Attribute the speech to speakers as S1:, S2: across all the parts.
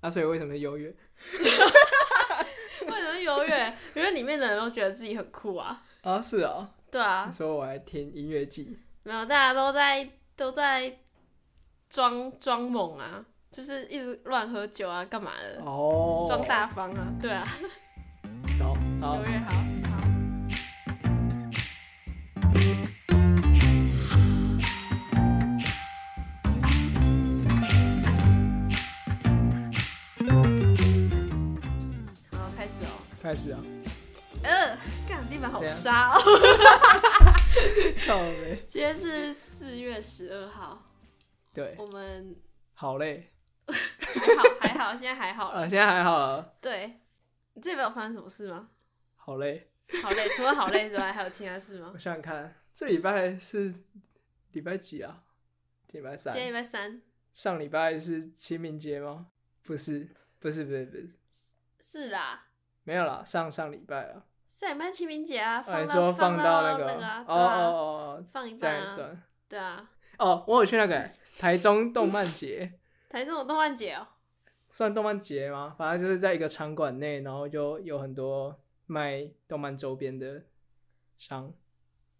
S1: 那啊所以为什么是优越？
S2: 为什么优越？因为里面的人都觉得自己很酷啊。
S1: 啊，是哦。
S2: 对啊
S1: 你，说我来听音乐季，
S2: 没有，大家都在都在装装猛啊，就是一直乱喝酒啊，干嘛的，
S1: 哦，
S2: 装大方啊。对啊，
S1: 好，好
S2: 优，越好。好好开始哦。
S1: 开始啊，
S2: 呃，干地板好
S1: 怎样
S2: 沙哦。
S1: 靠呗，
S2: 今天是四月十二号，
S1: 对，
S2: 我们
S1: 好累，
S2: 还好还好，现在还 好了。
S1: 呃，现在还好啊，
S2: 对，你这边有发生什么事吗？
S1: 好累。
S2: 好累，除了好累之外，还有其 他事吗
S1: 我？想想看，这礼拜是礼拜几啊？礼拜
S2: 今
S1: 三。
S2: 天礼拜三
S1: 上礼拜是清明节吗？不是，不是，不是，不是，
S2: 是啦，
S1: 没有啦，上上礼拜了。
S2: 下礼拜清明节啊，
S1: 哦，
S2: 放
S1: 你说
S2: 放
S1: 到
S2: 那
S1: 个，
S2: 啊
S1: 哦，
S2: 对啊
S1: 哦哦，哦
S2: 放一
S1: 这
S2: 半
S1: 样也
S2: 啊，
S1: 算。
S2: 对啊。
S1: 哦，我有去那个
S2: 嗯
S1: 欸台中动漫节。
S2: 台中有动漫节哦，
S1: 算动漫节吗？反正就是在一个场馆内，然后就有很多卖动漫周边的商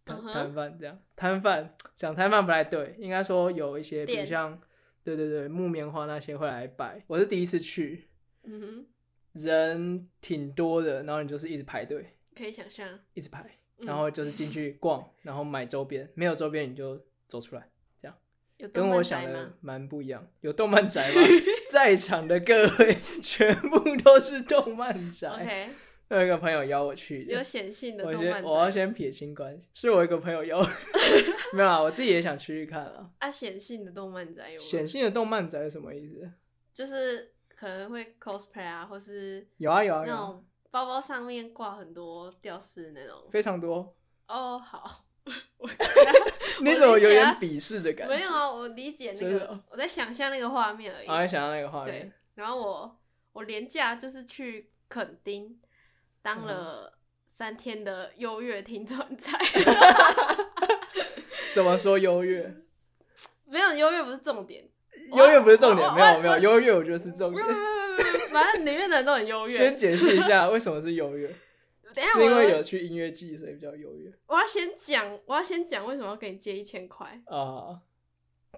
S1: 摊
S2: 嗯哼
S1: 摊贩这样。摊贩讲摊贩不太对，应该说有一些，比如
S2: 店
S1: 像对对对木棉花那些会来摆。我是第一次去，
S2: 嗯哼，
S1: 人挺多的，然后你就是一直排队，
S2: 可以想象。
S1: 一直排，
S2: 嗯
S1: 然后就是进去逛，然后买周边，没有周边你就走出来。
S2: 有动
S1: 跟
S2: 漫
S1: 我
S2: 节
S1: 想的
S2: 吗？
S1: 蛮不一样。有动漫宅吗？ 在场的各位全部都是动漫宅。
S2: OK，
S1: 我有一个朋友邀我去的
S2: 有显性的
S1: 哎我
S2: 动漫
S1: 先我要
S2: 节
S1: 先撇清关系，是我一个朋友邀我， 没有啦，我自己也想去看啊。
S2: 啊，显性的动漫 节有啊吗
S1: 显？性的动漫宅是什么意思？
S2: 就是可能会 cosplay 啊，或是
S1: 有啊有啊
S2: 那
S1: 有啊，
S2: 种包包上面挂很多吊饰那种。
S1: 非常多。
S2: 哦，好，我
S1: 你怎么有
S2: 理解
S1: 点
S2: 啊
S1: 鄙视的感觉？
S2: 没有啊，我理解那
S1: 真的哦哎
S2: 个，我在想象那个画面而已。
S1: 我还想到那个画
S2: 对
S1: 面，，
S2: 然后我我廉价就是去垦丁当
S1: 嗯
S2: 了三天的优越听团 仔，
S1: 怎么说优 越？
S2: 没有优越不是重点，我
S1: 优越不是重
S2: 我
S1: 点，没有
S2: 我
S1: 没有，优越我觉得是重
S2: 不
S1: 点
S2: 不。不不，反正里面的人都很优越
S1: 先。解释一下为什么是优越，
S2: 等一下
S1: 是因为有
S2: 我
S1: 去音乐季，所以比较优 越
S2: 我要先讲，我要先讲为什么要给你借一千块，
S1: 啊。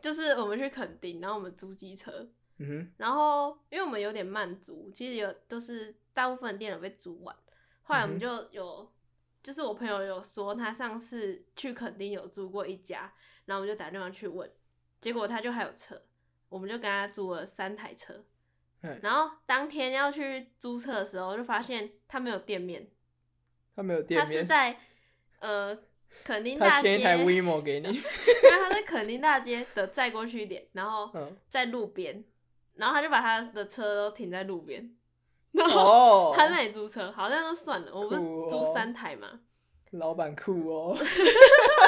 S2: 就是我们去垦丁，然后我们租机车，
S1: 嗯哼，
S2: 然后因为我们有点慢租，其实有都是大部分店有被租完。后来我们
S1: 嗯
S2: 就有，就是我朋友有说他上次去垦丁有租过一家，然后我们就打电话去问，结果他就还有车，我们就跟他租了三台车
S1: 嗯。
S2: 然后当天要去租车的时候，就发现他没有店面，
S1: 他没有
S2: 他
S1: 店
S2: 是
S1: 面，
S2: 在呃垦丁
S1: 他
S2: 大街，
S1: 签一台
S2: 因为
S1: WeMo 给你。
S2: 他在垦丁大街的再过去一点，然后
S1: 嗯，
S2: 在路边，然后他就把他的车都停在路边，然后
S1: 哦，
S2: 他那里租车，好像就算了，我不是
S1: 酷哦
S2: 租三台嘛，
S1: 老板酷 哦，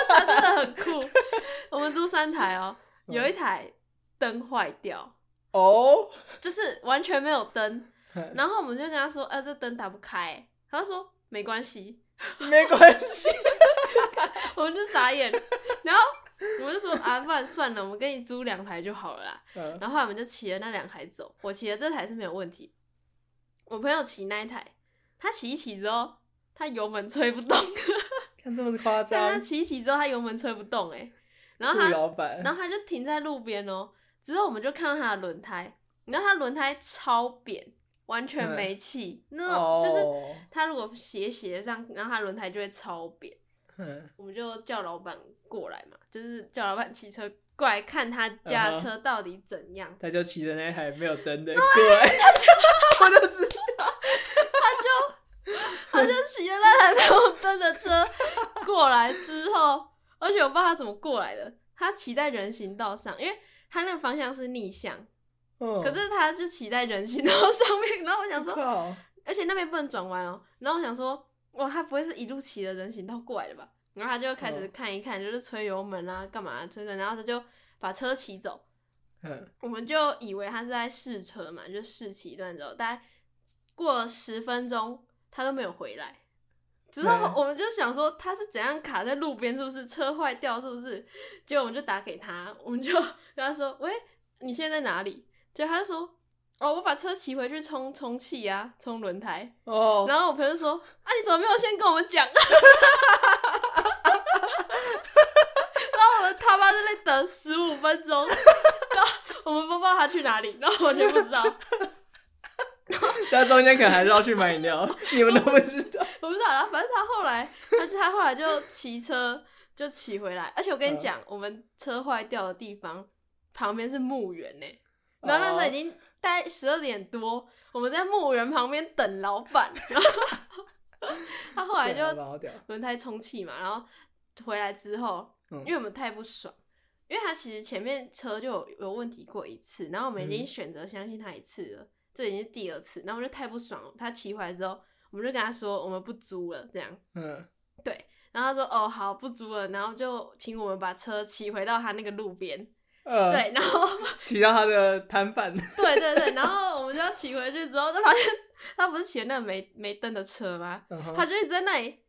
S2: 他真的很酷， 我们租三台哦，
S1: 嗯
S2: 有一台灯坏掉，
S1: 哦，
S2: 就是完全没有灯，
S1: 嘿
S2: 然后我们就跟他说，呃，这灯打不开，他就说没关系，
S1: 没关 系，
S2: 我们就傻眼， 然后我们就说啊，不然算了，我们给你租两台就好了啦，
S1: 嗯
S2: 然后后来我们就骑了那两台走，我骑的这台是没有问题，我朋友骑那一台，他骑一骑之后，他油门吹不 动，
S1: 啊看这么夸
S2: 但他
S1: 张，
S2: 骑一骑之后他油门吹不动哎、然
S1: 酷
S2: 后他
S1: 老板，
S2: 然后他就停在路边哦，之后我们就看到他的轮胎，你知道他轮胎超扁，完全
S1: 嗯
S2: 没气，那种就是
S1: 哦，
S2: 他如果斜斜这样，然后他轮胎就会超扁，
S1: 嗯
S2: 我们就叫老板过来嘛，就是叫老板骑车过来看他家
S1: 嗯
S2: 的
S1: 哼
S2: 车到底怎样。
S1: 他就骑着那台没有灯的过来，我就知
S2: 他就骑着那台没有灯的车过来之后， 而且我不知道他怎么过来的，他骑在人行道上，因为他那个方向是逆向，
S1: 嗯，
S2: 可是他是骑在人行道上面，然后我 想说，
S1: 靠，
S2: 而且那边不能转弯哦，然后我想说，哇，他不会是一路骑着人行道过来的吧？然后他就开始
S1: 嗯
S2: 看一看，就是吹油门啊，干嘛、吹着，然后他就把车骑走，
S1: 嗯
S2: 我们就以为他是在试车嘛，就试骑一段之后，大概过了十分钟，他都没有回来。之后
S1: 嗯
S2: 我们就想说他是怎样卡在路边，是不是车坏掉，是不是？ 结果我们就打给他，我们就跟他说：“喂，你现在在哪里？”结果他就说：“哦，我把车骑回去充充气啊，充轮胎。
S1: 哦，
S2: 然后我朋友就说：“啊，你怎么没有先跟我们讲？” 然后我们他妈在那等十五分钟，然后我们不知道他去哪里，然后我就不知道，
S1: 但中间可能还是要去买饮料，你们都不知道。
S2: 我不知道。然后反正他后来，他他后来就骑车就骑回来，而且我跟你讲，我们车坏掉的地方旁边是墓园呢、 然后那时
S1: 哦
S2: 候已经大概十二点多，我们在墓园旁边等老板， 然后他后来就
S1: 屌好屌
S2: 轮胎充气嘛，然后回来之后，
S1: 嗯
S2: 因为我们太不爽，因为他其实前面车就有有问题过一次，然后我们已经
S1: 嗯
S2: 选择相信他一次了，这已经是第二次，然后我就太不爽了。他骑回来之后，我们就跟他说我们不租了，这样，
S1: 嗯，
S2: 然后他说哦好不租了，然后就请我们把车骑回到他那个路边，
S1: 呃，，
S2: 对，然后
S1: 提到他的摊贩，
S2: 对对对，然后我们就要骑回去之后，就发现他不是骑那个没没灯的车吗？
S1: 然后
S2: 他就一直在那里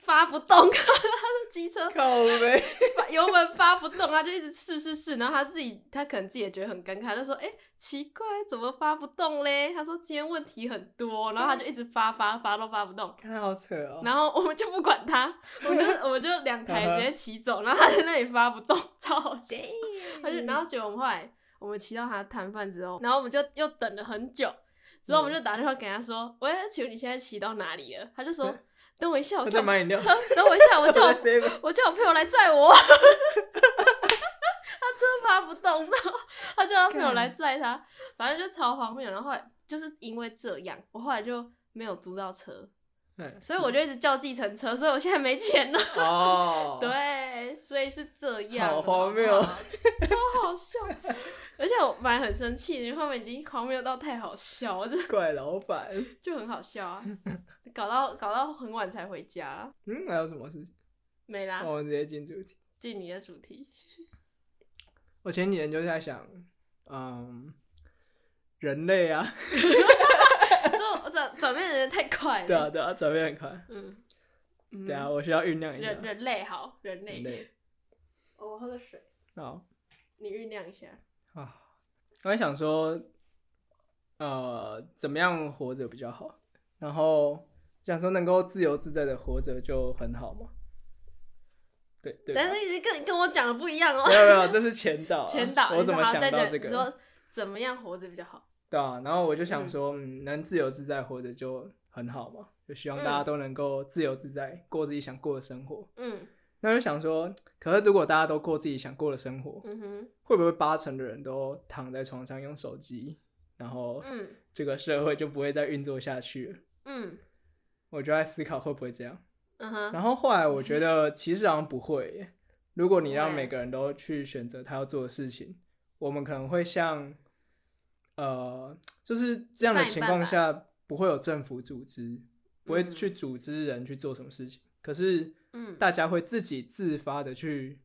S2: 发不动， 他的机车
S1: 靠呗，
S2: 发油门发不动，他就一直试试试，然后他自己他可能自己也觉得很尴尬，就说：“哎、奇怪，怎么发不动嘞？”他说：“今天问题很多。”然后他就一直发发发都发不动，
S1: 看他好扯哦。
S2: 然后我们就不管他，我们就我们就两台
S1: 嗯
S2: 直接骑走，然后他在那里发不动，超好笑。他就然后结果我们后来我们骑到他摊贩之后，然后我们就又等了很久，之后我们
S1: 嗯
S2: 就打电话给他说：“喂，请问你现在骑到哪里了？”他就说：“等我一下，我
S1: 他
S2: 叫
S1: 在
S2: 我
S1: 买饮料，
S2: 等我一下，我
S1: 他
S2: 叫我
S1: 在 seven，
S2: 我叫我朋友来载我， 他真的发不动，然后他叫他朋友来载他，反正就超荒谬。然后后来就是因为这样，我后来就没有租到车，
S1: 嗯
S2: 所以我就一直叫计程车，所以我现在没钱了。
S1: 哦，，
S2: 对，所以是这样，
S1: 好
S2: 不
S1: 荒谬
S2: 超好笑。而且我本来很生气，因为后面已经荒谬到太好笑，我真的
S1: 怪老板。
S2: 就很好笑啊，搞到搞到很晚才回家，
S1: 嗯，还有什么事情？
S2: 没啦
S1: 那。我们直接进主题。
S2: 进你的主题，
S1: 我前几天就在想，嗯，人类啊，
S2: 这我转转变的人太快了。
S1: 对啊，对啊，转变很快。
S2: 嗯，
S1: 对啊，
S2: 嗯
S1: 我需要酝酿一下。
S2: 人人类好，人类。
S1: 人类，
S2: 哦，我喝个水，
S1: 好
S2: 你酝酿一下。
S1: 啊，我在想说，呃，怎么样活着比较好？然后想说能够自由自在的活着就很好嘛。对对吧，
S2: 但是你跟跟我讲的不一样哦。
S1: 没 有没有，这是前导啊、
S2: 前导，
S1: 我怎么
S2: 你说
S1: 想
S2: 好再
S1: 到
S2: 讲
S1: 这个？
S2: 你说怎么样活着比较好？
S1: 对啊，然后我就想
S2: 嗯
S1: 说，嗯能自由自在活着就很好嘛，就希望大家
S2: 嗯
S1: 都能够自由自在过自己想过的生活。
S2: 嗯
S1: 那就想说，可是如果大家都过自己想过的生活，
S2: 嗯哼
S1: 会不会八成的人都躺在床上用手机，然后
S2: 嗯
S1: 这个社会就不会再运作下去了？
S2: 嗯
S1: 我就在思考会不会这样。
S2: 嗯哼
S1: 然后后来我觉得其实好像不会耶。如果你让
S2: 不会
S1: 每个人都去选择他要做的事情，我们可能会像，呃，就是这样的
S2: 办一
S1: 情
S2: 办
S1: 况
S2: 吧
S1: 下，不会有政府组织，不会
S2: 嗯
S1: 去组织人去做什么事情。可是
S2: 嗯
S1: 大家会自己自发的去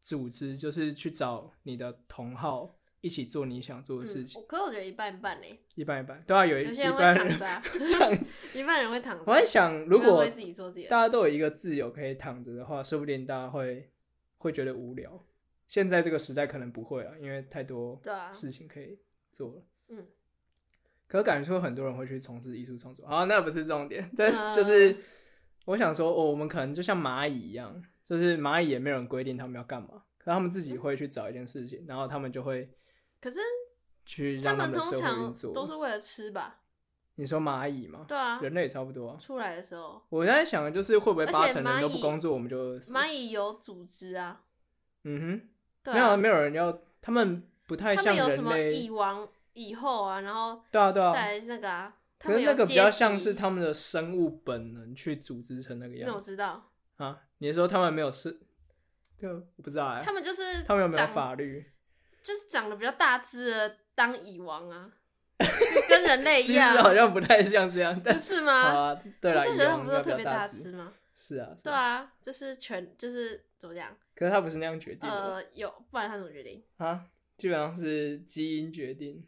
S1: 组织，就是去找你的同好一起做你想做的事
S2: 嗯
S1: 情，，
S2: 我可是我觉得一半一半嘞，
S1: 一半一半。对啊，有一
S2: 有些
S1: 一
S2: 人会
S1: 半人
S2: 躺着啊，
S1: 躺着。
S2: 一半人会躺着。
S1: 我在想，如
S2: 有些人
S1: 果
S2: 会自己做自己的
S1: 大家都有一个自由可以躺着的话，说不定大家会会觉得无聊。现在这个时代可能不会啊了，因为太多
S2: 对啊
S1: 事情可以做了。
S2: 嗯，
S1: 可是感觉说很多人会去从事艺术创作，好，那不是重点，但
S2: 嗯
S1: 就是我想说，哦，我们可能就像蚂蚁一样，就是蚂蚁也没有人规定他们要干嘛，可他们自
S2: 嗯
S1: 己会去找一件事情，然后他们就会
S2: 可是
S1: 去
S2: 他
S1: 让
S2: 们
S1: 的
S2: 通
S1: 社会
S2: 常
S1: 运作。
S2: 都是为了吃吧？
S1: 你说蚂蚁吗？
S2: 对啊，
S1: 人类也差不多啊、
S2: 出来的时候，
S1: 我在想，就是会不会
S2: 而且
S1: 八成人都
S2: 蚂
S1: 不
S2: 蚁
S1: 工作，我们就饿死
S2: 蚂蚁有组织啊，
S1: 嗯哼。
S2: 对
S1: 没有
S2: 啊，
S1: 没有人要，他们不太
S2: 他
S1: 像
S2: 们有什
S1: 人
S2: 么
S1: 类
S2: 蚁。王以后啊，然后
S1: 对啊对啊，
S2: 再来是那个啊，他
S1: 可
S2: 们
S1: 是
S2: 有
S1: 那个比
S2: 阶
S1: 较像
S2: 级
S1: 是他们的生物本能去组织成那个
S2: 那
S1: 样
S2: 我
S1: 子
S2: 知道，
S1: 啊。你是说他们没有是？对，我不知道哎、
S2: 他们就是
S1: 他们有没有
S2: 长
S1: 法律？
S2: 就是长得比较大只的当蚁王 啊，就跟人类一
S1: 其实
S2: 样，
S1: 好像不太像这样，但
S2: 不是
S1: 好
S2: 吗？
S1: 啊，对啦，
S2: 不是，
S1: 蚁
S2: 可是他
S1: 王
S2: 们
S1: 应
S2: 不是
S1: 该比
S2: 特别
S1: 较大
S2: 大
S1: 只，
S2: 只吗？
S1: 是啊，是
S2: 对啊，就是全就是怎么讲？
S1: 可是他不是那样决定的、
S2: 呃，有，不然他怎么决定？
S1: 啊，基本上是基因决定，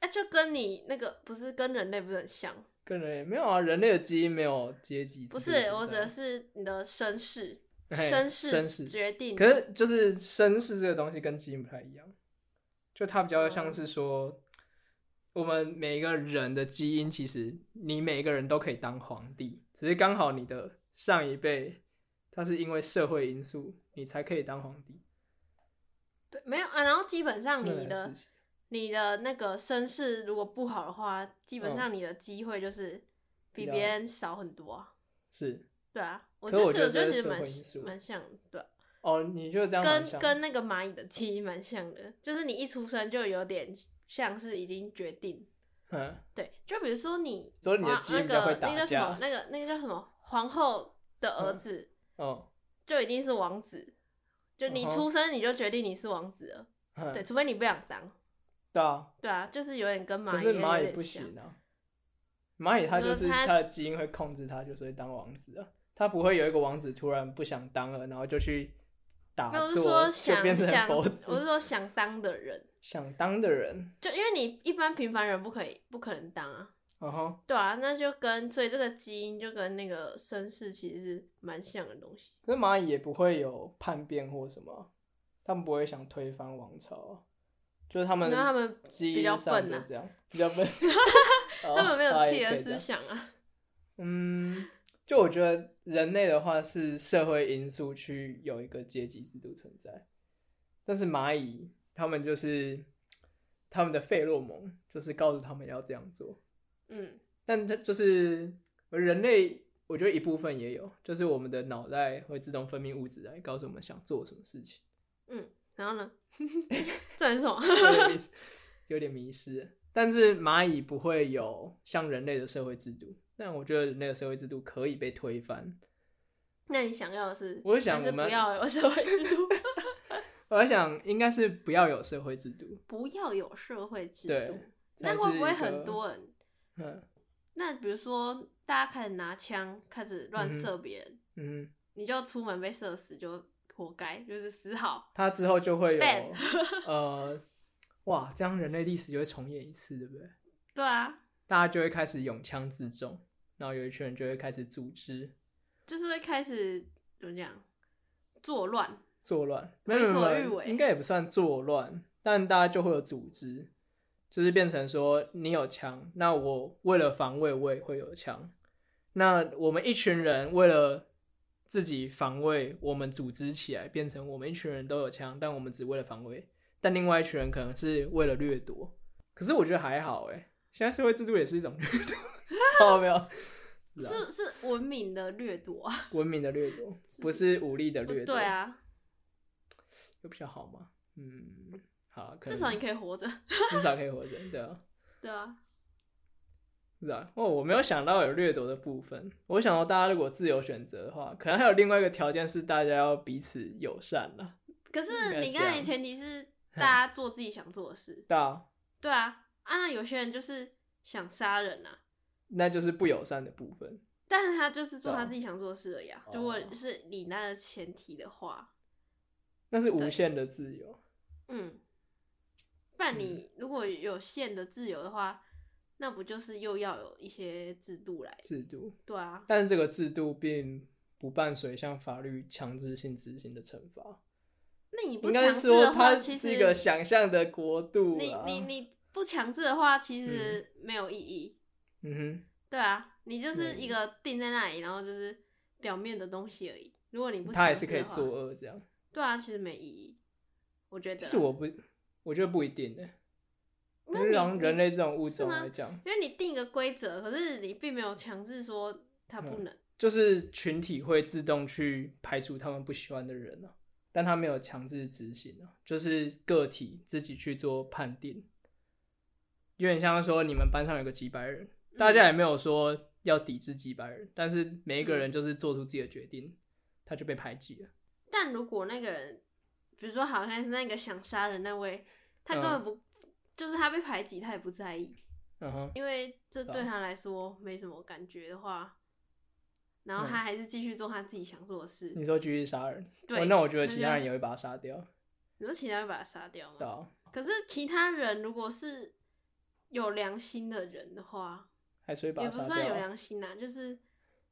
S2: 哎、就跟你那个不是跟人类不是很像？
S1: 跟人类没有啊，人类的基因没有阶级之
S2: 不
S1: 分存在，
S2: 是，我指的是你的身世，
S1: 嘿
S2: 身
S1: 绅
S2: 世
S1: 士
S2: 决定。
S1: 可
S2: 哦
S1: 是就是绅士这个东西跟基因不太一样，就它比较像是说，我们每一个人的基因，其实你每一个人都可以当皇帝，只是刚好你的上一辈，他是因为社会因素，你才可以当皇帝。
S2: 对，没有啊。然后基本上
S1: 那
S2: 你
S1: 来
S2: 的
S1: 试试
S2: 你的那个身世如果不好的话，基本上你的机会就是比
S1: 嗯比较
S2: 别人少很多啊。
S1: 是
S2: 对啊，我
S1: 可
S2: 这
S1: 我
S2: 这
S1: 觉
S2: 个
S1: 得这
S2: 就其实
S1: 是
S2: 蛮
S1: 社会因素
S2: 蛮像的对啊，
S1: 哦，你就这样蛮
S2: 跟
S1: 像
S2: 跟那个蚂蚁的基因蛮像的，就是你一出生就有点像是已经决定。
S1: 嗯，
S2: 对，就比如说你
S1: 所以你的
S2: 皇
S1: 基因
S2: 那
S1: 比较会
S2: 个
S1: 打
S2: 那个叫什
S1: 架
S2: 么那个那个叫什么皇后的儿
S1: 嗯
S2: 子，
S1: 哦，
S2: 就一定是王子。就你
S1: 嗯哼
S2: 出生你就决定你是王子了，
S1: 嗯
S2: 对，除非你不想当，
S1: 对啊，
S2: 对啊，就是有点跟蚂蚁
S1: 可是蚂
S2: 有
S1: 蚁
S2: 点
S1: 不
S2: 像，
S1: 行啊，蚂蚁它
S2: 你
S1: 就
S2: 说
S1: 是
S2: 它
S1: 它的基因会控制它，就是会当王子啊，它不会有一个王子突然不想当了，然后就去打
S2: 没有我是
S1: 坐，
S2: 说
S1: 就
S2: 想
S1: 变成
S2: 想，
S1: 猴
S2: 我是
S1: 子，
S2: 说想当的人，
S1: 想当的人，
S2: 就因为你一般平凡人不可以不可能当啊，
S1: 嗯哼，
S2: 对啊，那就跟所以这个基因就跟那个身世其实是蛮像的东西，
S1: 可是蚂蚁也不会有叛变或什么啊，他们不会想推翻王朝啊，就是他
S2: 因
S1: 们
S2: 为他们
S1: 基
S2: 比较
S1: 因上
S2: 笨
S1: 就
S2: 啊
S1: 这样，比较笨，哦
S2: 他们没有
S1: 那也
S2: 企
S1: 可
S2: 鹅
S1: 以这
S2: 思
S1: 样
S2: 想 啊，
S1: 嗯，就我觉得人类的话是社会因素去有一个阶级制度存在，但是蚂蚁他们就是他们的费洛蒙就是告诉他们要这样做，
S2: 嗯，
S1: 但这就是人类，我觉得一部分也有，就是我们的脑袋会自动分泌物质来告诉我们想做什么事情，
S2: 然后呢，这很什么？
S1: 有点迷失有点迷失了。但是蚂蚁不会有像人类的社会制度，但我觉得人类的社会制度可以被推翻。
S2: 那你想要的是，
S1: 我想
S2: 还
S1: 我
S2: 是不
S1: 们
S2: 要有社会制度，
S1: 我在想，应该是不要有社会制度，
S2: 不要有社会制
S1: 对
S2: 度。，那
S1: 才
S2: 会
S1: 是
S2: 不会
S1: 一个
S2: 很？多人？
S1: 嗯
S2: 那比如说，大家开始拿枪，开始
S1: 嗯
S2: 乱
S1: 哼
S2: 射别人，
S1: 嗯，
S2: 你就出门被射死，就活该，就是死好。
S1: 他之后就会有
S2: Ban
S1: 呃，哇，这样人类历史就会重演一次，对不对？
S2: 对啊，
S1: 大家就会开始拥枪自重，然后有一群人就会开始组织
S2: 就是会开始怎么讲，作乱。
S1: 作乱，没有
S2: 为
S1: 没有
S2: 所
S1: 没
S2: 欲
S1: 有，
S2: 为
S1: 应该也不算作乱，但大家就会有组织，就是变成说你有枪，那我为了防卫我也会有枪，那我们一群人为了自己防卫，我们组织起来变成我们一群人都有枪，但我们只为了防卫，但另外一群人可能是为了掠夺，可是我觉得还好哎、现在社会制度也是一种掠夺， 看到没有？是啊
S2: 这是文明的掠夺啊，
S1: 文明的掠夺，不是武力的
S2: 不
S1: 掠夺，
S2: 对，啊，
S1: 有比较好吗？嗯，好，可
S2: 至少你
S1: 以，
S2: 可以活着，
S1: 至少可以活着，对啊，
S2: 对啊，
S1: 是啊。哦，我没有想到有掠夺的部分，我想到大家如果自由选择的话，可能还有另外一个条件是大家要彼此友善啦。
S2: 可
S1: 应该
S2: 是
S1: 这
S2: 你刚才
S1: 样
S2: 前提是 大家做自己想做的事，
S1: 对啊，
S2: 对啊，啊，那有些人就是想杀人啊，
S1: 那就是不友善的部分。
S2: 但是他就是做
S1: 对啊
S2: 他自己想做的事而已啊。
S1: 哦
S2: 如果是你那个前提的话，
S1: 那是无
S2: 对
S1: 限的自由，
S2: 嗯，不然
S1: 嗯
S2: 你如果有限的自由的话，那不就是又要有一些制度来？
S1: 制度，
S2: 对啊，
S1: 但是这个制度并不伴随像法律强制性执行的惩罚，
S2: 那你不
S1: 应该
S2: 强
S1: 是
S2: 制
S1: 说
S2: 的话，
S1: 它
S2: 其
S1: 是
S2: 实
S1: 一个想象的国度啊
S2: 你
S1: 啦。
S2: 你你不强制的话，其实没有意义。
S1: 嗯哼，
S2: 对啊，你就是
S1: 嗯
S2: 一个定在那里，然后就是表面的东西而已。如果你不
S1: 他
S2: 强
S1: 也
S2: 制
S1: 是
S2: 的
S1: 可以
S2: 话
S1: 作恶这样。
S2: 对啊，其实没意义。我觉得啊
S1: 是我不，我觉得不一定的。
S2: 那
S1: 就是
S2: 你
S1: 让人
S2: 你
S1: 类这种物
S2: 是
S1: 种
S2: 吗
S1: 来讲，
S2: 因为你定一个规则，可是你并没有强制说他不
S1: 嗯
S2: 能。
S1: 就是群体会自动去排除他们不喜欢的人啊，但他没有强制执行啊，就是个体自己去做判定。有点像说你们班上有个几百人，大
S2: 嗯
S1: 家也没有说要抵制几百人，但是每一个人就是做出自己的决定，他就被排挤了。
S2: 但如果那个人，比如说好像是那个想杀人那位，他根本不，就是他被排挤，他也不在意，
S1: 嗯哼，
S2: 因为这
S1: 对啊
S2: 对他来说没什么感觉的话，然后
S1: 嗯
S2: 他还是继续做他自己想做的事。
S1: 你说继续杀人，
S2: 对
S1: 哦那我觉得
S2: 那
S1: 其
S2: 就
S1: 他人也会把他杀掉，
S2: 你说其他人把他杀掉
S1: 对
S2: 吗？
S1: 啊，
S2: 可是其他人如果是有良心的人的话，
S1: 还是会把
S2: 也
S1: 他
S2: 不
S1: 杀
S2: 算有
S1: 掉啊。
S2: 良心啦、就是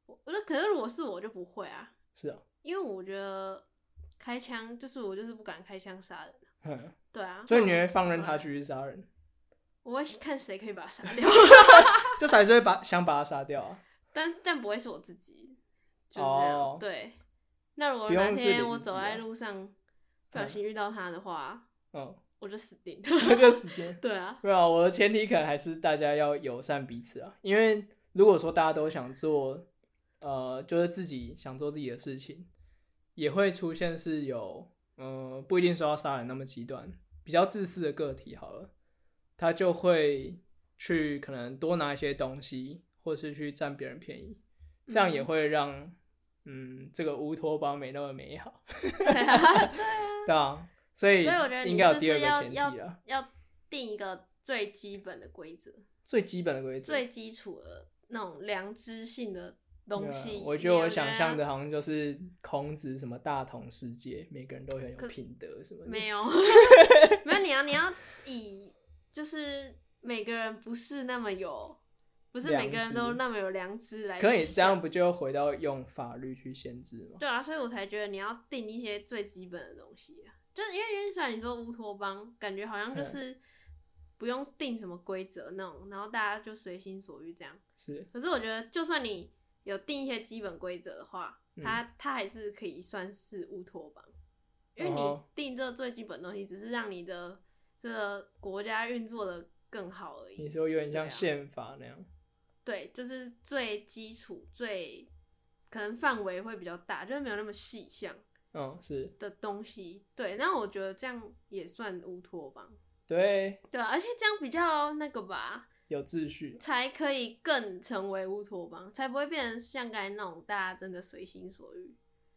S2: 我那可是如果是我就不会啊，
S1: 是啊，
S2: 因为我觉得开枪就是我就是不敢开枪杀人，
S1: 嗯，
S2: 对啊，
S1: 所以你会放任他
S2: 嗯
S1: 继续杀人？
S2: 我会看谁可以把他杀 掉，
S1: 这才是会把想把他杀掉啊。
S2: 但但不会是我自己，就是这样。
S1: 哦
S2: 对，那如果
S1: 不用
S2: 哪
S1: 是
S2: 天
S1: 零
S2: 我
S1: 级
S2: 走在
S1: 的
S2: 路上不小心遇到他的话，
S1: 嗯，
S2: 我就死定
S1: 这
S2: 了。
S1: 就时间。
S2: 对啊，
S1: 没有，我的前提可能还是大家要友善彼此啊，因为如果说大家都想做，呃，就是自己想做自己的事情，也会出现是有，嗯、不一定说要杀人那么极端，比较自私的个体好了，他就会去可能多拿一些东西，或是去占别人便宜，这样也会让，嗯，这个乌托邦没那么美好，
S2: 对 啊，
S1: 对啊，所以
S2: 所以我觉得你
S1: 应该
S2: 是
S1: 有
S2: 不
S1: 第二
S2: 是
S1: 个
S2: 要
S1: 前提
S2: 要
S1: 了，
S2: 要定一个最基本的规则，
S1: 最基本的规则，啊
S2: 最基础的那种良知性的东
S1: 对
S2: 西。
S1: 啊我觉得我想象的好像就是孔子什么大同世界，每个人都很有
S2: 可
S1: 品德什么的。
S2: 没有，没有，你要你要以就是每个人不是那么有，不是每个
S1: 良
S2: 人
S1: 知
S2: 都那么有良知来。
S1: 可你这样。不就回到用法律去限制吗？
S2: 对啊，所以我才觉得你要定一些最基本的东西啊、就是因为因为虽然你说乌托邦，感觉好
S1: 嗯
S2: 像就是不用定什么规则那种，然后大家就随心所欲这样。
S1: 是，
S2: 可是我觉得，就算你有定一些基本规则的话，
S1: 嗯
S2: 它它还是可以算是乌托邦，因为你
S1: 哦
S2: 定这最基本的东西，只是让你的这个国家运作的更好而已
S1: 你。说有点
S2: 对
S1: 像
S2: 啊
S1: 宪法那样。
S2: 对，就是最基础、最可能范围会比较大，就是没有那么细项
S1: 嗯，是
S2: 的东西。对，那我觉得这样也算乌托邦。
S1: 对，
S2: 对啊，而且这样比较那个吧，
S1: 有秩序。
S2: 才可以更成为乌托邦，才不会变成像刚才那种大家真的随心所欲，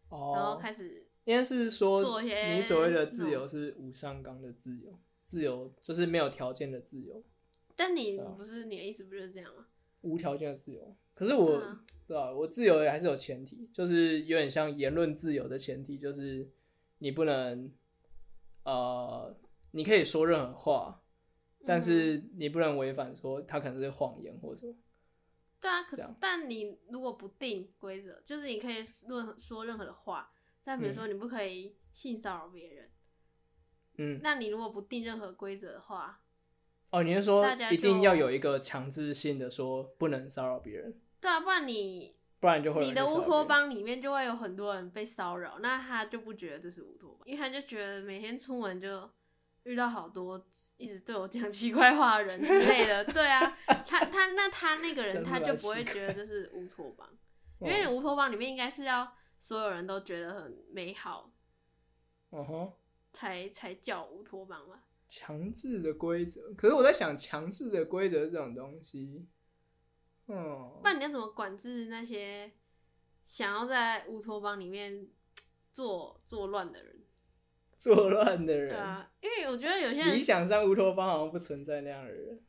S2: 然后
S1: 哦，
S2: 开始
S1: 应该是说
S2: 做一些嗯
S1: 你所谓的自
S2: 那
S1: 由
S2: 种
S1: 是无上纲的自由，自由就是没有条件的自由，
S2: 但你
S1: 对啊
S2: 不是你的意思不就是这样吗？
S1: 无条件的自由。可是我
S2: 对啊
S1: 对啊，我自由还是有前提，就是有点像言论自由的前提，就是你不能，呃，你可以说任何话，但
S2: 嗯
S1: 是你不能违反说它可能是谎言或什么。
S2: 对啊，可
S1: 这
S2: 是
S1: 样
S2: 但你如果不定规则，就是你可以论说任何的话，但比如说你不可以性骚扰别人，
S1: 嗯，
S2: 那你如果不定任何规则的话，
S1: 哦，你是说
S2: 大家
S1: 一
S2: 就
S1: 定要有一个强制性的说不能骚扰别人，
S2: 对啊，不然你
S1: 不然就会有
S2: 你
S1: 人
S2: 的
S1: 去骚扰
S2: 乌
S1: 别
S2: 托
S1: 人。
S2: 邦里面就会有很多人被骚扰，那他就不觉得这是乌托邦，因为他就觉得每天出门就遇到好多一直对我讲奇怪话的人之类的。对啊，他他那他那个人
S1: 讲出
S2: 他
S1: 来
S2: 就不会
S1: 奇怪
S2: 觉得这是乌托 邦，因
S1: 嗯，
S2: 为乌托邦里面应该是要所有人都觉得很美好
S1: 嗯哼，
S2: 才才叫乌托邦嘛。
S1: 强制的规则。可是我在想，强制的规则这种东西，嗯
S2: 不，然你要怎么管制那些想要在乌托邦里面作作乱的人？
S1: 作乱的人，
S2: 对啊，因为我觉得有些人
S1: 理想上乌托邦好像不存在那样的人。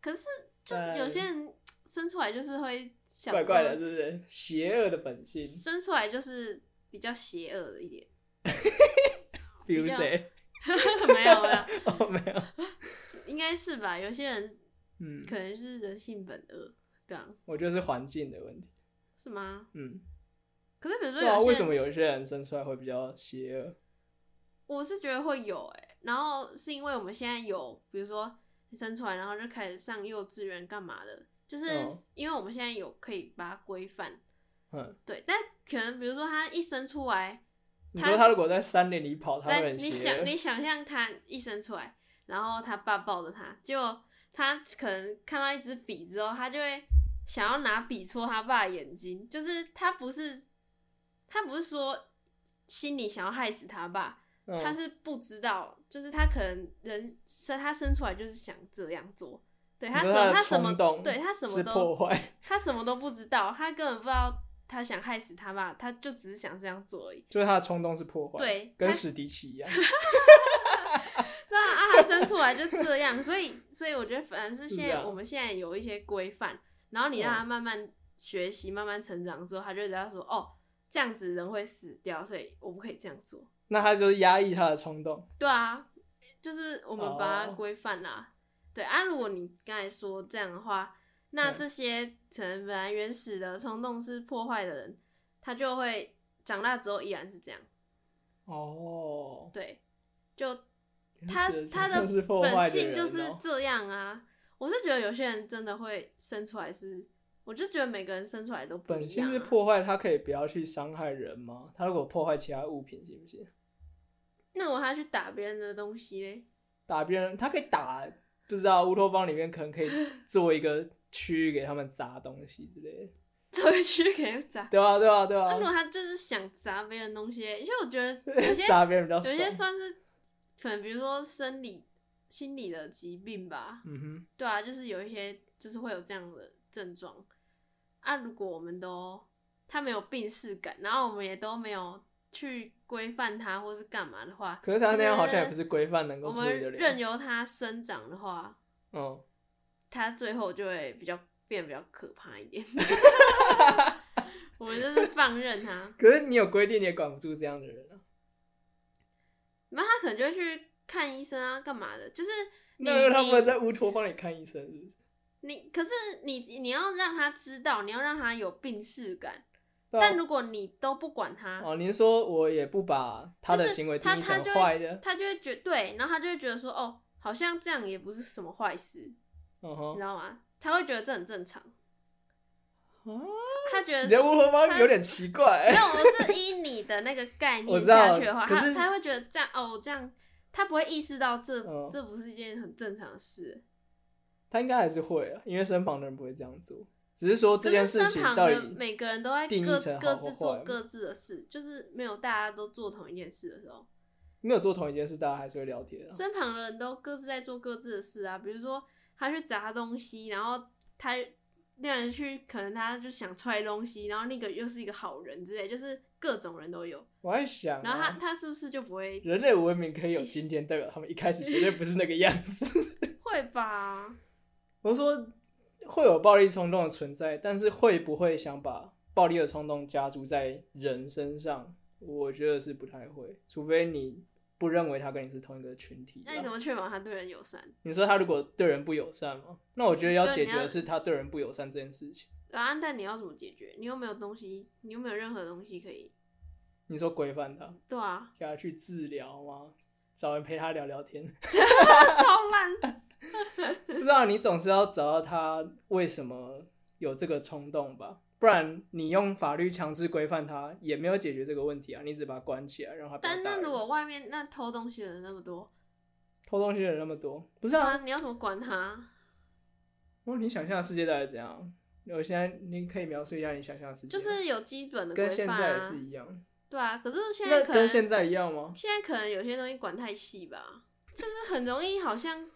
S2: 可是就是有些人生出来就是会想
S1: 怪怪的，
S2: 说
S1: 对不对？邪恶的本性，
S2: 生出来就是比较邪恶的 一点，
S1: 比如
S2: 比较
S1: 谁？
S2: 没有没有，
S1: 哦，没有，
S2: 应该是吧？有些人
S1: 嗯，
S2: 可能是人性本恶，这样
S1: 我觉得是环境的问题，
S2: 是吗？
S1: 嗯，
S2: 可是比如说
S1: 对啊，
S2: 有
S1: 为什
S2: 些人，
S1: 么有一些人生出来会比较邪恶？
S2: 我是觉得会有哎、然后是因为我们现在有，比如说你生出来，然后就开始上幼稚园干嘛的，就是
S1: 嗯
S2: 因为我们现在有可以把它规范，
S1: 嗯，
S2: 对，但可能比如说他一生出来，
S1: 你
S2: 他
S1: 说他如果在山林里跑，他会
S2: 但
S1: 很
S2: 你
S1: 邪恶
S2: 想，你想象他一生出来，然后他爸抱着他，结果他可能看到一支笔之后，他就会想要拿笔戳他爸的眼睛，就是他不是他不是说心里想要害死他爸，
S1: 嗯
S2: 他是不知道，就是他可能人生他生出来就是想这样做，对
S1: 你
S2: 他什
S1: 说
S2: 么
S1: 的
S2: 他什么
S1: 冲动，
S2: 对他什么
S1: 是破
S2: 都
S1: 坏，
S2: 他什么都不知道，他根本不知道他想害死他爸，他就只是想这样做而已。
S1: 就是他的冲动是破坏，
S2: 对
S1: 跟
S2: 他
S1: 史迪奇一样，
S2: 对啊，啊，他生出来就这样，所以所以我觉得反正是现
S1: 是
S2: 在、
S1: 啊嗯
S2: 我们现在有一些规范，然后你让他慢慢学习、慢慢成长之后，他就知道说哦，这样子人会死掉，所以我不可以这样做。
S1: 那他就是压抑他的冲动，
S2: 对啊，就是我们把它
S1: 哦
S2: 规范啦。对啊，如果你刚才说这样的话，那
S1: 嗯
S2: 这些可能本来原始的冲动是破坏的人，他就会长大之后依然是这样。
S1: 哦，
S2: 对，就他
S1: 是
S2: 他
S1: 真是破坏
S2: 本
S1: 的
S2: 性
S1: 人
S2: 就是
S1: 哦
S2: 这样啊。我是觉得有些人真的会生出来是，我就觉得每个人生出来都不
S1: 本
S2: 一
S1: 性
S2: 样、
S1: 是
S2: 啊。
S1: 破坏，他可以不要去伤害人吗？他如果破坏其他物品，行不行？
S2: 那我还去打别人的东西嘞？
S1: 打别人，他可以打，不知道乌托邦里面可能可以做一个区域给他们砸东西之类的，
S2: 回去给他 砸。
S1: 对啊，对啊，对
S2: 那如果
S1: 啊，
S2: 他就是想砸别人东西嘞，而且我 觉得有些
S1: 砸别人比较
S2: 有些
S1: 爽。
S2: 算是可能，比如说生理、心理的疾病吧。
S1: 嗯哼，
S2: 对啊，就是有一些就是会有这样的症状啊。如果我们都他没有病逝感，然后我们也都没有去规范他或是干嘛的话，
S1: 可是他那样好像也
S2: 就是
S1: 不是规范能够
S2: 我
S1: 处理
S2: 们
S1: 的
S2: 任
S1: 了。
S2: 由他生长的话，
S1: 嗯，
S2: 他最后就会比较变得比较可怕一 点。 我们就是放任他，
S1: 可是你有规定，你也管不住这样的人啊。
S2: 然后他可能就会去看医生啊，干嘛的？就是你
S1: 那他
S2: 你
S1: 们在乌托邦里看医生，是不是？
S2: 你，可是你你要让他知道，你要让他有病逝感。
S1: 对啊
S2: 但如果你都不管他，
S1: 哦，您说我也不把他的行为定
S2: 他
S1: 义
S2: 他
S1: 成
S2: 就
S1: 坏
S2: 会
S1: 的，
S2: 他就会觉对，然后他就会觉得说，哦，好像这样也不是什么坏事，
S1: 嗯
S2: 你
S1: 哼
S2: 知，道吗？他会觉得这很正常，
S1: 啊
S2: 他觉得
S1: 你在
S2: 是
S1: 乌托邦
S2: 他
S1: 有点奇怪、
S2: 没有，我是以你的那个概
S1: 我
S2: 念
S1: 知道
S2: 下去的话，
S1: 可
S2: 他
S1: 是
S2: 他会觉得这样哦，这样他不会意识到这、
S1: 嗯
S2: 这不是一件很正常的事。
S1: 他应该还是会啊，因为身旁的人不会这样做，只是说
S2: 可
S1: 这件
S2: 是
S1: 事情
S2: 身旁
S1: 到
S2: 的
S1: 底
S2: 每个人都在
S1: 定义
S2: 各
S1: 成好
S2: 各
S1: 或
S2: 自做
S1: 坏
S2: 各自的事，就是没有大家都做同一件事的时候，
S1: 没有做同一件事，大家还是会聊天啊。
S2: 身旁的人都各自在做各自的事啊。比如说他去砸东西，然后他那人去，可能他就想踹东西，然后那个又是一个好人之类，就是各种人都有。
S1: 我在想、
S2: 然后他
S1: 啊，
S2: 他是不是就不会
S1: 人类文明可以有今天，代表他们一开始绝对不是那个样子。
S2: 会吧？
S1: 我说会有暴力冲动的存在，但是会不会想把暴力的冲动加注在人身上？我觉得是不太会，除非你不认为他跟你是同一个群体啊。
S2: 那你怎么确保他对人友善？
S1: 你说他如果对人不友善吗？那我觉得要
S2: 对
S1: 解
S2: 你
S1: 决
S2: 要
S1: 的是他对人不友善这件事情。
S2: 啊，但你要怎么解决？你又没有东西，你又没有任何东西可以。
S1: 你说规范他，
S2: 对啊，
S1: 给他去治疗吗？找人陪他聊聊天，
S2: 超烂。
S1: 不知道你总是要找到他为什么有这个冲动吧？不然你用法律强制规范他，也没有解决这个问题啊！你只把他关起来，让他不要
S2: 但
S1: 打
S2: 那
S1: 人
S2: 如果外面那偷东西的人那么多，
S1: 偷东西的人那么多，不是
S2: 啊，
S1: 啊？
S2: 你要怎么管他？
S1: 如果你想象的世界到底怎样？我现在你可以描述一下你想象的世界，
S2: 就是有基本的规
S1: 跟现
S2: 范
S1: 在也是
S2: 啊。
S1: 一样，
S2: 对啊，可是现
S1: 那
S2: 在可能
S1: 跟现在一样吗？
S2: 现在可能有些东西管太细吧，就是很容易好像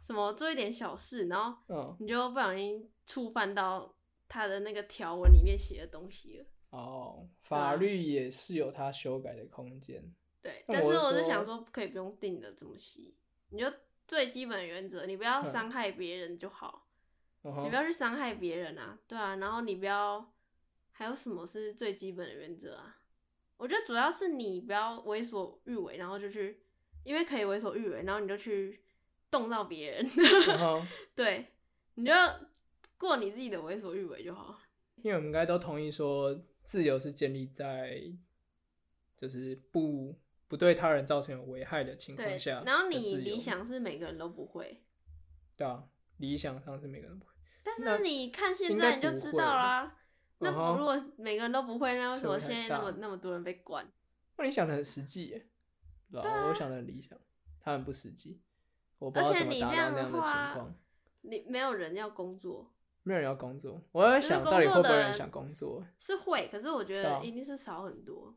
S2: 什么做一点小事，然后
S1: 嗯，
S2: 你就不小心触犯到他的那个条文里面写的东西了。
S1: 哦，
S2: 对啊
S1: 法律也是有它修改的空间。
S2: 对，
S1: 那
S2: 但是
S1: 我是
S2: 我是
S1: 说
S2: 想说，可以不用定的这么细，你就最基本原则，你不要
S1: 嗯
S2: 伤害别人就好，
S1: 嗯
S2: 你
S1: 哼
S2: 不，要去伤害别人啊，对啊，然后你不要，还有什么是最基本的原则啊？我觉得主要是你不要为所欲为，然后就去，因为可以为所欲为，然后你就去动到别人，
S1: 嗯哼，
S2: 对，你就过你自己的为所欲为就好。
S1: 因为我们应该都同意说，自由是建立在就是不不对他人造成有危害的情
S2: 对
S1: 况下，
S2: 然后
S1: 的
S2: 你
S1: 自由
S2: 理想是每个人都不会，
S1: 对啊，理想上是每个人不会。
S2: 但
S1: 那
S2: 是你看现
S1: 应
S2: 在
S1: 该
S2: 你就
S1: 不
S2: 知
S1: 会
S2: 道啦。那
S1: 嗯哼
S2: 如果每个人都不会，那为什
S1: 社
S2: 么
S1: 会太
S2: 现在那么
S1: 大
S2: 那么多人被关？
S1: 那你想的很实际耶，对吧、
S2: 啊
S1: 我想的很理想，他很不实际，我不知道
S2: 而且
S1: 怎么
S2: 你
S1: 达
S2: 这样
S1: 到那
S2: 的
S1: 样的情
S2: 话
S1: 况。
S2: 你没有人要工作
S1: 没有人要工作，我在
S2: 是
S1: 想
S2: 工
S1: 到底
S2: 作
S1: 会不会
S2: 的
S1: 有人
S2: 人
S1: 想工作耶，
S2: 是会，可是我觉
S1: 对
S2: 得
S1: 啊
S2: 一定是少很多，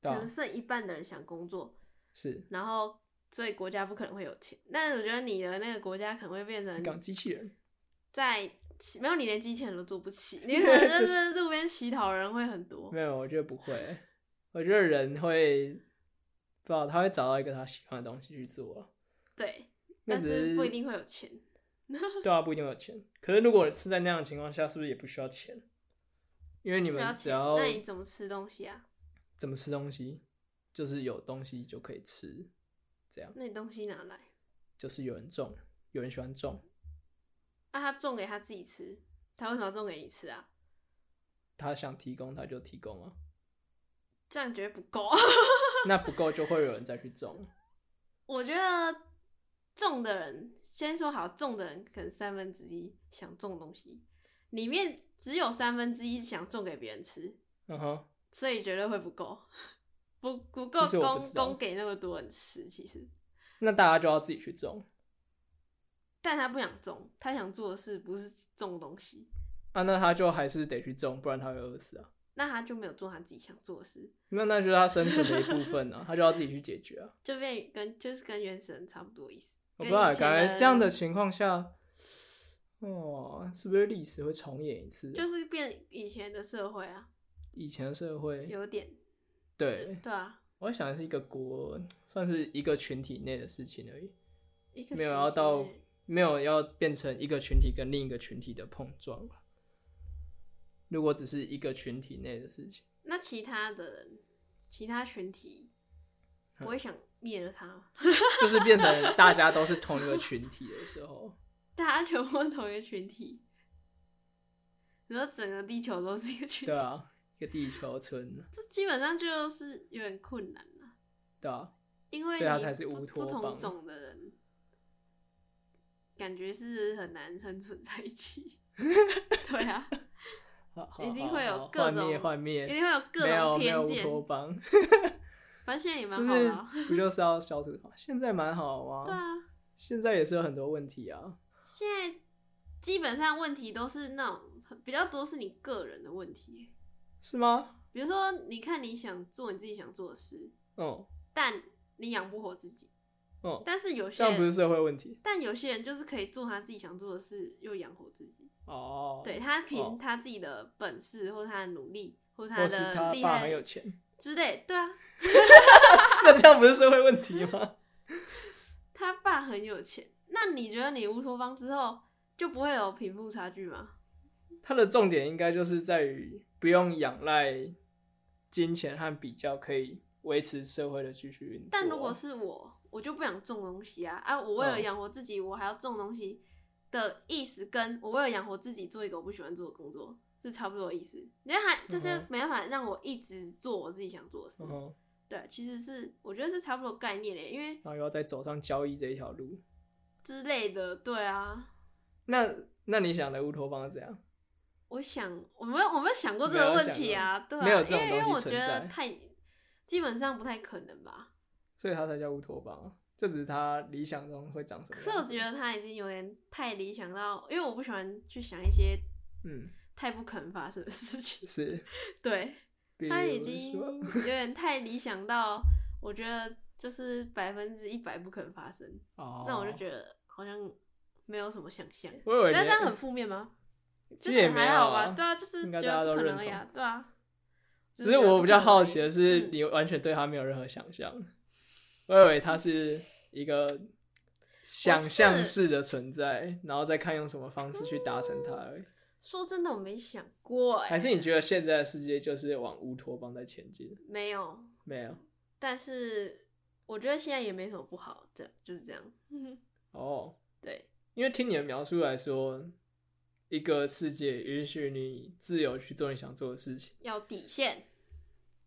S1: 对
S2: 可
S1: 啊
S2: 能，剩一半的人想工作，
S1: 是
S2: 然后所以国家不可能会有钱。但是我觉得你的那个国家可能会变
S1: 讲
S2: 成
S1: 机器人，
S2: 在骑没有你连机器人都做不起， 你可能
S1: 就
S2: 就是路边乞讨的人会很多
S1: 没。有，我觉得不会。我觉得人会，不知道他会找到一个他喜欢的东西去做啊。
S2: 对，
S1: 那
S2: 但
S1: 只
S2: 是
S1: 是
S2: 不一定会有钱。
S1: 对啊，不一定有钱。可是如果是在那样的情况下，是不是也不需要钱？因为你
S2: 不要
S1: 们只
S2: 钱，
S1: 要
S2: 那你怎么吃东西啊？
S1: 怎么吃东西，就是有东西就可以吃，这样
S2: 那你东西哪来？
S1: 就是有人种，有人喜欢种，
S2: 那、啊他种给他自己吃，他为什么要种给你吃啊？
S1: 他想提供他就提供啊，
S2: 这样觉得不够。啊
S1: 那不够就会有人再去种。
S2: 我觉得中的人，先说好，中的人可能三分之一想中东西，里面只有三分之一想中给别人吃，
S1: 嗯哼，
S2: 所以绝对会不够，不不够
S1: 其实我不
S2: 供
S1: 知道
S2: 供给那么多人吃。其实，
S1: 那大家就要自己去种
S2: 但他不想中，他想做的事不是种东西，
S1: 啊，那他就还是得去种，不然他会饿死啊。
S2: 那他就没有做他自己想做的事，
S1: 那那就是他生存的一部分啊，他就要自己去解决啊。
S2: 就变跟就是跟原始人差不多意思。
S1: 我不
S2: 跟
S1: 知道，
S2: 以
S1: 感
S2: 前
S1: 觉这样的
S2: 人
S1: 情况下，哦，是不是历史会重演一次？啊
S2: 就是变以前的社会啊，
S1: 以前的社会，
S2: 有点
S1: 对，
S2: 对啊，
S1: 我在想是一个国，算是一个群体内的事情而已，
S2: 一个
S1: 没有
S2: 群
S1: 要
S2: 体
S1: 到
S2: 内
S1: 没有要变成一个群体跟另一个群体的碰撞吧如果只是一个群体内的事情，
S2: 那其他的人，其他群体
S1: 嗯
S2: 不会想灭了他吗，
S1: 就是变成大家都是同一个群体的时候，
S2: 大家全部都同一个群体，然后整个地球都是一个群体，
S1: 对啊，一个地球村，
S2: 这基本上就是有点困难了、
S1: 对啊，
S2: 因为
S1: 所以它
S2: 你
S1: 才是
S2: 不
S1: 乌
S2: 不
S1: 托
S2: 同
S1: 邦
S2: 种的人，感觉是很难生存在一 起。对啊，
S1: 好好
S2: 一定
S1: 好
S2: 会有
S1: 好
S2: 各
S1: 幻灭
S2: 种
S1: 幻灭，
S2: 一定会有各
S1: 没有
S2: 种
S1: 没有
S2: 偏
S1: 乌
S2: 见。
S1: 托邦，
S2: 反正现在也 蛮
S1: 就
S2: 好的啊、
S1: 是不就是要消除它？现在蛮好啊，
S2: 对啊，
S1: 现在也是有很多问题啊，
S2: 现在基本上问题都是那种比较多是你个人的问题，
S1: 是吗？
S2: 比如说你看你想做你自己想做的事，
S1: 嗯
S2: 但你养不活自己，
S1: 嗯，
S2: 但是有些
S1: 这样不是
S2: 人，
S1: 社会问题
S2: 但有些人就是可以做他自己想做的事又养活自己，
S1: 哦。
S2: 对，他
S1: 哦
S2: 凭他自己的本事或他的努力或他
S1: 或是
S2: 的
S1: 他
S2: 厉
S1: 爸
S2: 害
S1: 很有 钱，
S2: 之类，对啊，
S1: 那这样不是社会问题吗？
S2: 他爸很有钱，那你觉得你乌托邦之后就不会有贫富差距吗？
S1: 它的重点应该就是在于不用仰赖金钱和比较，可以维持社会的继续运作。
S2: 但如果是我，我就不想种东西啊啊！我为了
S1: 嗯
S2: 养活自己，我还要种东西的意思，跟我为了养活自己做一个我不喜欢做的工作是差不多的意思。你看，还就是
S1: 嗯哼
S2: 没办法让我一直做我自己想做的事。
S1: 嗯哼，
S2: 对，其实是我觉得是差不多概念欸的，因为
S1: 然后又要再走上交易这一条路，
S2: 之类的。对啊，
S1: 那那你想的乌托邦是怎样？
S2: 我想我没有我没有想过这个问题啊，对啊，
S1: 没有这种
S2: 因为因为
S1: 东
S2: 我
S1: 西
S2: 觉
S1: 存
S2: 得
S1: 在啊
S2: 太基本上不太可能吧。
S1: 所以它才叫乌托邦啊，这只是它理想中会长什么
S2: 可
S1: 样
S2: 是
S1: 子。
S2: 我觉得他已经有点太理想到，因为我不喜欢去想一些
S1: 嗯，
S2: 太不可能发生的事情。
S1: 是，
S2: 对，
S1: 比
S2: 他已
S1: 如
S2: 经
S1: 说
S2: 有点太理想到，我觉得就是百分之一百不可能发生。
S1: 哦，
S2: 那我就觉得好像没有什么想象。
S1: 我以为
S2: 但是
S1: 你
S2: 这样很负面吗？
S1: 其实也
S2: 就是
S1: 没有
S2: 还好吧，
S1: 啊
S2: 对啊，就是
S1: 应
S2: 觉
S1: 该大家
S2: 得
S1: 都
S2: 不可
S1: 认
S2: 能呀，对啊。
S1: 只是我比较好奇的，
S2: 就是觉得不可能而已嗯
S1: 你完全对他没有任何想象。我以为他是一个想象式的存在，然后再看用什么方式去达成它而已。
S2: 说真的，我没想过、欸，
S1: 还是你觉得现在的世界就是往乌托邦在前进？
S2: 没有。
S1: 没有
S2: 但是我觉得现在也没什么不好，这样就是这样。
S1: 哦，
S2: 对，
S1: 因为听你的描述来说，一个世界允许你自由去做你想做的事情，
S2: 要底线，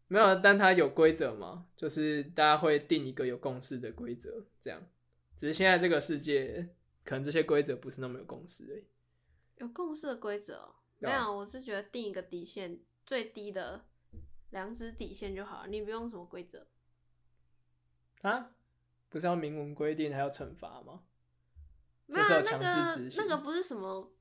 S1: 没有，啊但它有规则嘛，就是大家会定一个有共识的规则，这样。只是现在这个世界，可能这些规则不是那么有共识而已。
S2: 有共识的规则哦、
S1: 对
S2: 没
S1: 啊
S2: 有，我是觉得定一个底线，最低的良知底线就好了，你不用什么规则。
S1: 啊，不是要明文规定还有惩罚吗？
S2: 没有
S1: 就是
S2: 啊
S1: 要
S2: 那
S1: 强制
S2: 个
S1: 执行
S2: 那个不是什么，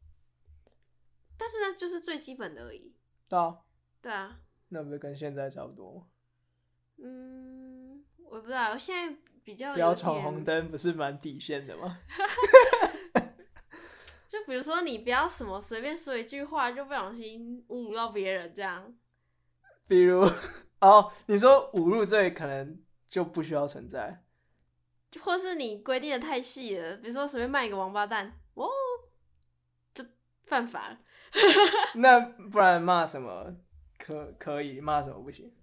S2: 但是呢，就是最基本的而已。
S1: 对啊，
S2: 对啊，
S1: 那不是跟现在差不多吗？
S2: 嗯，我不知道，我现在比较
S1: 不要
S2: 有
S1: 闯
S2: 点
S1: 红，灯，不是蛮底线的吗？
S2: 就比如说你不要什么随便说一句话就不小心侮辱到别人这样。
S1: 比如， 哦，你说侮辱罪可能就不需要存在，
S2: 或是你规定的太细了，比如说随便卖一个王八蛋，哦，就犯法了。
S1: 那不然骂什么可可以，骂什么不行？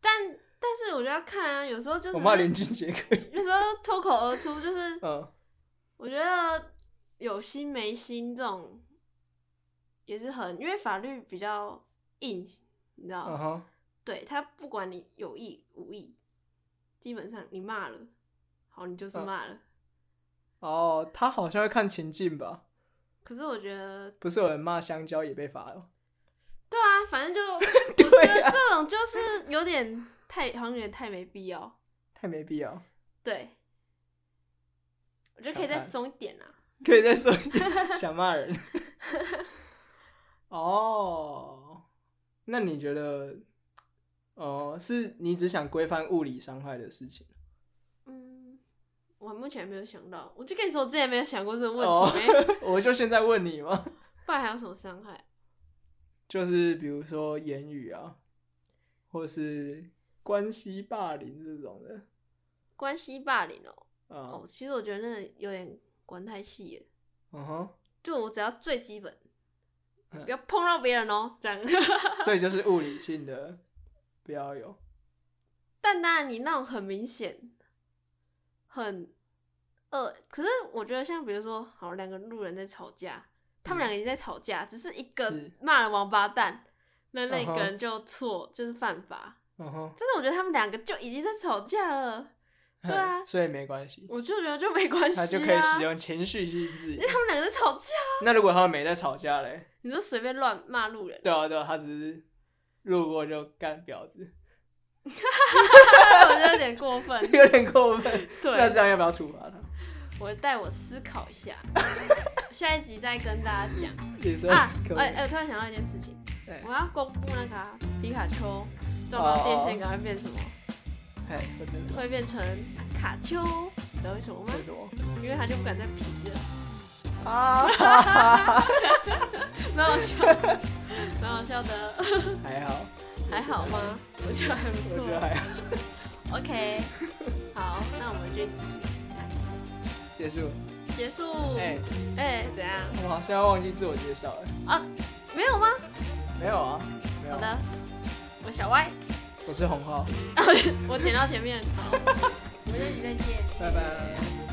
S2: 但但是我觉得要看啊，有时候就
S1: 我
S2: 是
S1: 骂林俊杰可以，
S2: 有时候脱口而出，就是
S1: 嗯，
S2: 我觉得有心没心这种也是很，因为法律比较硬，你知道
S1: 嗯
S2: 吗？
S1: 哼，
S2: 对他不管你有意无意，基本上你骂了，好，你
S1: 嗯
S2: 就是骂了。
S1: 哦，他好像会看情境吧？
S2: 可是我觉得，
S1: 不是有人骂香蕉也被罚哦了？
S2: 对啊，反 正就 我觉
S1: 对
S2: 得
S1: 啊，
S2: 这种就是有点太，好像有点太没必要。
S1: 太没必要，
S2: 对，我觉得可以再
S1: 想看
S2: 松一点啊啦。
S1: 可以再说一点想骂人。 哦，那你觉得，哦、是你只想规范物理伤害的事情？
S2: 嗯，我目前没有想到，我就跟你说，我之前没有想过这个问
S1: 哦
S2: 题、欸，
S1: 我就现在问你嘛，
S2: 不然还有什么伤害？
S1: 就是比如说言语啊，或是关系霸凌这种的
S2: 关系霸凌哦、
S1: 啊
S2: 哦，，其实我觉得那个有点管太细了。
S1: 嗯哼，
S2: 就我只要最基本，
S1: 嗯
S2: 不要碰到别人哦、这样。
S1: 所以就是物理性的不要有，
S2: 但当然，你那种很明显，很呃，可是我觉得像比如说，好两个路人在吵架，他们
S1: 嗯
S2: 两个已经在吵架，只是一个
S1: 是
S2: 骂了王八蛋，那
S1: 嗯
S2: 那
S1: 哼
S2: 个人就错，就是犯法。
S1: 嗯哼，
S2: 但是我觉得他们两个就已经在吵架了，对啊
S1: 嗯 所以没关系，
S2: 我就觉得就没关系、啊，
S1: 他就可以使用情绪性字
S2: 因
S1: 眼
S2: 为。他们两个在吵架，
S1: 那如果他们没在吵架嘞？
S2: 你就随便乱骂路人，
S1: 对啊，对啊，他只是路过就干婊子，
S2: 我觉得有点过分。
S1: 有点过分。那
S2: 对
S1: 这，样要不要处罚他？
S2: 我带我思考一下， 下一集再跟大家讲。
S1: 你说
S2: 啊，
S1: 可不可
S2: 哎
S1: 以
S2: 哎，我突然想到一件事情
S1: 对，哦
S2: 我要公布那个啊皮卡丘撞到电线杆会变什么？
S1: 哎，我真的
S2: 会变成卡丘，你知道为什么吗
S1: 为？什么
S2: 因为它就不敢再皮了，
S1: 啊？哈哈哈
S2: 蛮好笑，蛮好笑的，
S1: 还好，
S2: 还好吗？我觉得还不
S1: 我
S2: 错
S1: 觉。得还好。
S2: OK，好，那我们这集
S1: 结束。
S2: 结束。
S1: 哎、
S2: 哎，怎样？
S1: 我好像忘记自我介绍了。
S2: 啊，没有吗？
S1: 没有啊，没有。
S2: 好，的，我小歪，
S1: 我是洪浩，
S2: 我剪到前面。好，我们这集再见。
S1: 拜拜。